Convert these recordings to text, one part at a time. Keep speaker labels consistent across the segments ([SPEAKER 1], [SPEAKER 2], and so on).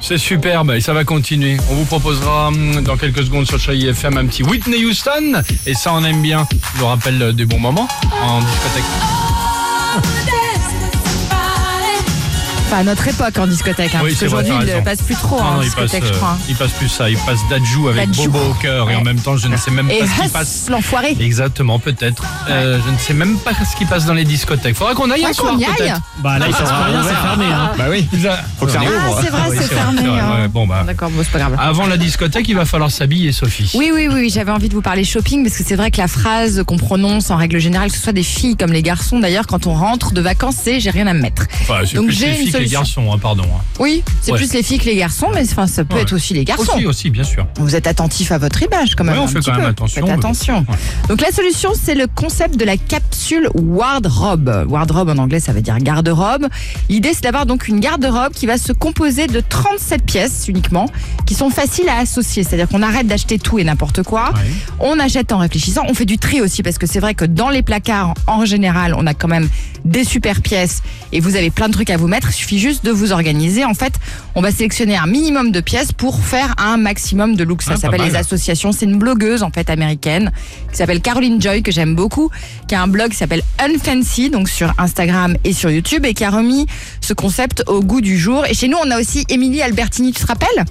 [SPEAKER 1] C'est superbe et ça va continuer. On vous proposera hum, dans quelques secondes sur Chérie FM un petit Whitney Houston et ça on aime bien. Je vous rappelle euh, des bons moments en discothèque.
[SPEAKER 2] Enfin, à notre époque en discothèque, hein,
[SPEAKER 1] Oui,
[SPEAKER 2] parce
[SPEAKER 1] c'est vrai,
[SPEAKER 2] qu'aujourd'hui,
[SPEAKER 1] t'as
[SPEAKER 2] il
[SPEAKER 1] raison.
[SPEAKER 2] ne passe plus trop
[SPEAKER 1] Non,
[SPEAKER 2] Oh, en
[SPEAKER 1] non, il passe,
[SPEAKER 2] discothèque, je
[SPEAKER 1] euh,
[SPEAKER 2] crois.
[SPEAKER 1] il passe plus ça, il passe Dajou avec
[SPEAKER 2] Dadju.
[SPEAKER 1] Bobo au cœur et en
[SPEAKER 2] Ouais.
[SPEAKER 1] même temps je ne sais même
[SPEAKER 2] Et
[SPEAKER 1] pas ce qui
[SPEAKER 2] Huss,
[SPEAKER 1] passe.
[SPEAKER 2] l'enfoiré.
[SPEAKER 1] Exactement, peut-être. Euh, je ne sais même pas ce qui passe dans les discothèques. Faudra qu'on aille un
[SPEAKER 2] Faudra
[SPEAKER 1] soir
[SPEAKER 2] qu'on y aille.
[SPEAKER 1] peut-être. Ah,
[SPEAKER 3] Bah là, il se passe rien, c'est fermé. Hein.
[SPEAKER 1] Bah oui. Faut que ça
[SPEAKER 2] Ah, c'est vrai, c'est fermé. hein.
[SPEAKER 1] Bon bah.
[SPEAKER 2] D'accord, bon, c'est pas grave.
[SPEAKER 1] Avant la discothèque, il va falloir s'habiller, Sophie.
[SPEAKER 2] Oui, oui, oui, j'avais envie de vous parler shopping parce que c'est vrai que la phrase qu'on prononce en règle générale, que ce soit des filles comme les garçons d'ailleurs, quand on rentre de vacances, c'est j'ai rien à me mettre.
[SPEAKER 1] Enfin, c'est
[SPEAKER 2] Donc
[SPEAKER 1] plus
[SPEAKER 2] j'ai
[SPEAKER 1] les
[SPEAKER 2] une
[SPEAKER 1] filles que les
[SPEAKER 2] solution.
[SPEAKER 1] garçons, hein, pardon. hein.
[SPEAKER 2] Oui, c'est
[SPEAKER 1] Ouais.
[SPEAKER 2] plus les filles que les garçons, mais enfin, ça peut
[SPEAKER 1] Ouais.
[SPEAKER 2] être aussi les garçons.
[SPEAKER 1] Aussi, aussi, bien sûr.
[SPEAKER 2] Vous êtes attentif à votre image quand même.
[SPEAKER 1] Ouais, on
[SPEAKER 2] un
[SPEAKER 1] fait
[SPEAKER 2] petit
[SPEAKER 1] quand même
[SPEAKER 2] peu.
[SPEAKER 1] attention,
[SPEAKER 2] Faites
[SPEAKER 1] mais-
[SPEAKER 2] attention.
[SPEAKER 1] Ouais.
[SPEAKER 2] Donc la solution, c'est le concept de la capsule wardrobe. Wardrobe en anglais, ça veut dire garde-robe. L'idée, c'est d'avoir donc une garde-robe qui va se composer de 37 pièces uniquement, qui sont faciles à associer. C'est-à-dire qu'on arrête d'acheter tout et n'importe quoi.
[SPEAKER 1] Ouais.
[SPEAKER 2] On achète en réfléchissant. On fait du tri aussi parce que c'est vrai que dans les placards, en général, on a quand même des super pièces et vous avez plein de trucs à vous mettre. Il suffit juste de vous organiser. En fait, on va sélectionner un minimum de pièces pour faire un maximum de looks.
[SPEAKER 1] Ah,
[SPEAKER 2] Ça
[SPEAKER 1] pas
[SPEAKER 2] s'appelle
[SPEAKER 1] mal.
[SPEAKER 2] les associations. C'est une blogueuse en fait américaine qui s'appelle Caroline Joy que j'aime beaucoup, qui a un blog qui s'appelle Unfancy donc sur Instagram et sur YouTube et qui a remis ce concept au goût du jour. Et chez nous, on a aussi Émilie Albertini. Tu te rappelles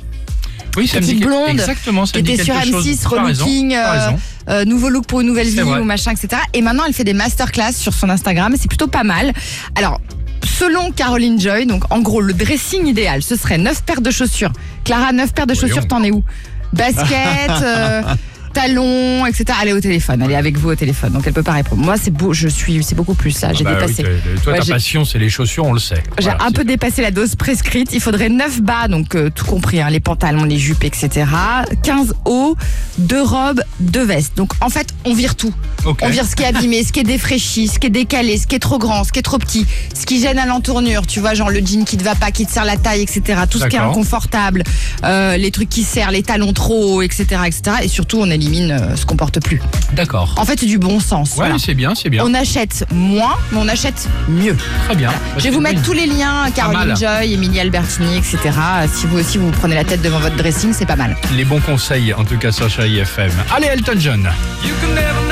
[SPEAKER 1] Oui, ça me
[SPEAKER 2] Petite
[SPEAKER 1] dit que-
[SPEAKER 2] blonde
[SPEAKER 1] Exactement, ça
[SPEAKER 2] qui
[SPEAKER 1] me dit
[SPEAKER 2] était sur
[SPEAKER 1] quelque chose.
[SPEAKER 2] M6,
[SPEAKER 1] T'as raison,
[SPEAKER 2] relooking,
[SPEAKER 1] t'as
[SPEAKER 2] euh,
[SPEAKER 1] raison.
[SPEAKER 2] euh, nouveau look pour une nouvelle
[SPEAKER 1] C'est
[SPEAKER 2] vie
[SPEAKER 1] vrai.
[SPEAKER 2] ou machin, etc. Et maintenant, elle fait des masterclass sur son Instagram. et C'est plutôt pas mal. Alors, selon Caroline Joy, donc en gros, le dressing idéal, ce serait 9 paires de chaussures. Clara, 9 paires de
[SPEAKER 1] Voyons.
[SPEAKER 2] chaussures, t'en es où Basket euh, Talons, etc. Elle est au téléphone, elle est avec vous au téléphone, donc elle peut pas répondre. Moi, c'est beau, je suis, c'est beaucoup plus ça. J'ai
[SPEAKER 1] Ah bah oui,
[SPEAKER 2] dépassé.
[SPEAKER 1] t'es- toi,
[SPEAKER 2] Ouais,
[SPEAKER 1] ta
[SPEAKER 2] j'ai-
[SPEAKER 1] passion, c'est les chaussures, on le sait.
[SPEAKER 2] J'ai
[SPEAKER 1] Voilà,
[SPEAKER 2] un
[SPEAKER 1] c'est-
[SPEAKER 2] peu dépassé la dose prescrite. Il faudrait 9 bas, donc euh, tout compris, hein, les pantalons, les jupes, etc. 15 hauts, 2 robes, 2 vestes. Donc en fait, on vire tout.
[SPEAKER 1] Ok.
[SPEAKER 2] On vire ce qui est abîmé, ce qui est défraîchi, ce qui est décalé, ce qui est trop grand, ce qui est trop petit, ce qui gêne à l'entournure, tu vois, genre le jean qui te va pas, qui te serre la taille, etc. Tout ce qui est
[SPEAKER 1] D'accord.
[SPEAKER 2] inconfortable, euh, les trucs qui serrent, les talons trop hauts, etc., etc. Et surtout, on élimine euh, ce qu'on porte plus.
[SPEAKER 1] D'accord.
[SPEAKER 2] En fait, c'est du bon sens.
[SPEAKER 1] Ouais,
[SPEAKER 2] voilà.
[SPEAKER 1] c'est bien, c'est bien.
[SPEAKER 2] On achète moins, mais on achète mieux.
[SPEAKER 1] Très bien.
[SPEAKER 2] Je vais vous mettre tous les liens, Caroline
[SPEAKER 1] mal.
[SPEAKER 2] Joy, Emilie Albertini, etc. Si vous aussi vous prenez la tête devant votre dressing, c'est pas mal.
[SPEAKER 1] les bons conseils, en tout cas sur Chérie FM. Allez, Elton John. You can never